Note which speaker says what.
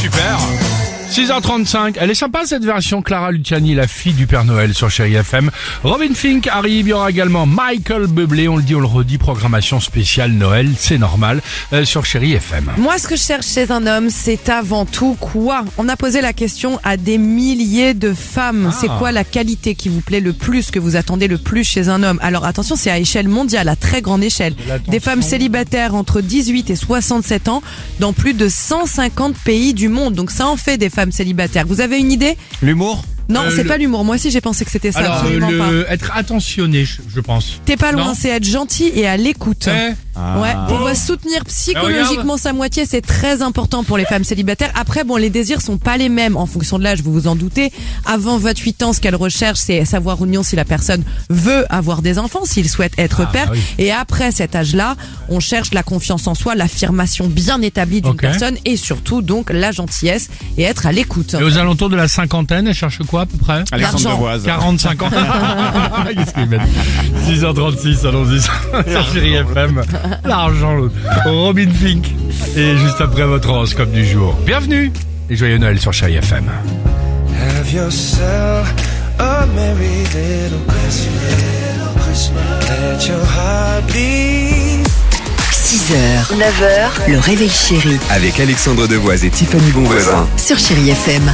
Speaker 1: Super 6h35, elle est sympa cette version Clara Luciani, la fille du Père Noël sur Chéri FM. Robin Fink arrive, il y aura également Michael Bublé, on le dit, on le redit, programmation spéciale Noël, c'est normal, euh, sur Chéri FM.
Speaker 2: Moi, ce que je cherche chez un homme, c'est avant tout quoi On a posé la question à des milliers de femmes.
Speaker 1: Ah.
Speaker 2: C'est quoi la qualité qui vous plaît le plus, que vous attendez le plus chez un homme Alors attention, c'est à échelle mondiale, à très grande échelle.
Speaker 1: l'attention.
Speaker 2: Des femmes célibataires entre 18 et 67 ans dans plus de 150 pays du monde. Donc ça en fait des femmes célibataires. Vous avez une idée
Speaker 3: L'humour
Speaker 2: Non,
Speaker 1: Euh,
Speaker 2: c'est
Speaker 1: le-
Speaker 2: pas l'humour. Moi aussi, j'ai pensé que c'était ça.
Speaker 1: Alors,
Speaker 2: absolument
Speaker 1: euh,
Speaker 2: pas.
Speaker 1: le- être attentionné, je, je pense.
Speaker 2: T'es pas
Speaker 1: Non.
Speaker 2: loin, c'est être gentil et à l'écoute.
Speaker 1: Eh,
Speaker 2: Ouais,
Speaker 3: Ah.
Speaker 2: pouvoir soutenir
Speaker 1: Ah,
Speaker 2: psychologiquement sa moitié, c'est très important pour les femmes célibataires. Après, bon, les désirs sont pas les mêmes en fonction de l'âge, vous vous en doutez. Avant 28 ans, ce qu'elle recherche, c'est savoir ou non si la personne veut avoir des enfants, s'il souhaite être père.
Speaker 1: bah oui.
Speaker 2: Et après cet âge-là, on cherche la confiance en soi, l'affirmation bien établie d'une
Speaker 1: Ok.
Speaker 2: personne et surtout, donc, la gentillesse et être à l'écoute.
Speaker 1: Eh, Et aux alentours de la cinquantaine, elle cherche quoi à peu près
Speaker 3: Alexandre
Speaker 2: L'argent.
Speaker 3: Devoise.
Speaker 1: 45 ans. Qu'est-ce qu'ils mettent 6h36, allons-y sur Chéri FM. L'argent, l'autre. Robin Fink. Et juste après votre horoscope du jour. Bienvenue et joyeux Noël sur Chéri FM.
Speaker 4: Have yourself a merry little Christmas. Let your heart be
Speaker 5: 6h, 9h, le réveil chéri
Speaker 6: Avec Alexandre Devoise et Tiffany Bonvoisin.
Speaker 5: sur Chérie FM.